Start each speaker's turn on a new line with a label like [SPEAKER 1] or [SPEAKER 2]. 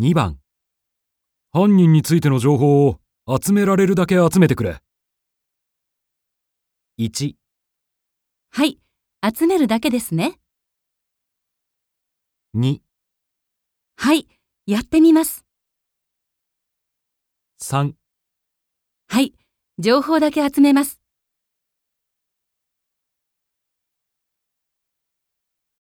[SPEAKER 1] 2番犯人についての情報を集められるだけ集めてくれ1
[SPEAKER 2] はい、集めるだけですね。
[SPEAKER 1] 2
[SPEAKER 2] はい、やってみます。
[SPEAKER 1] 3
[SPEAKER 2] はい、情報だけ集めます。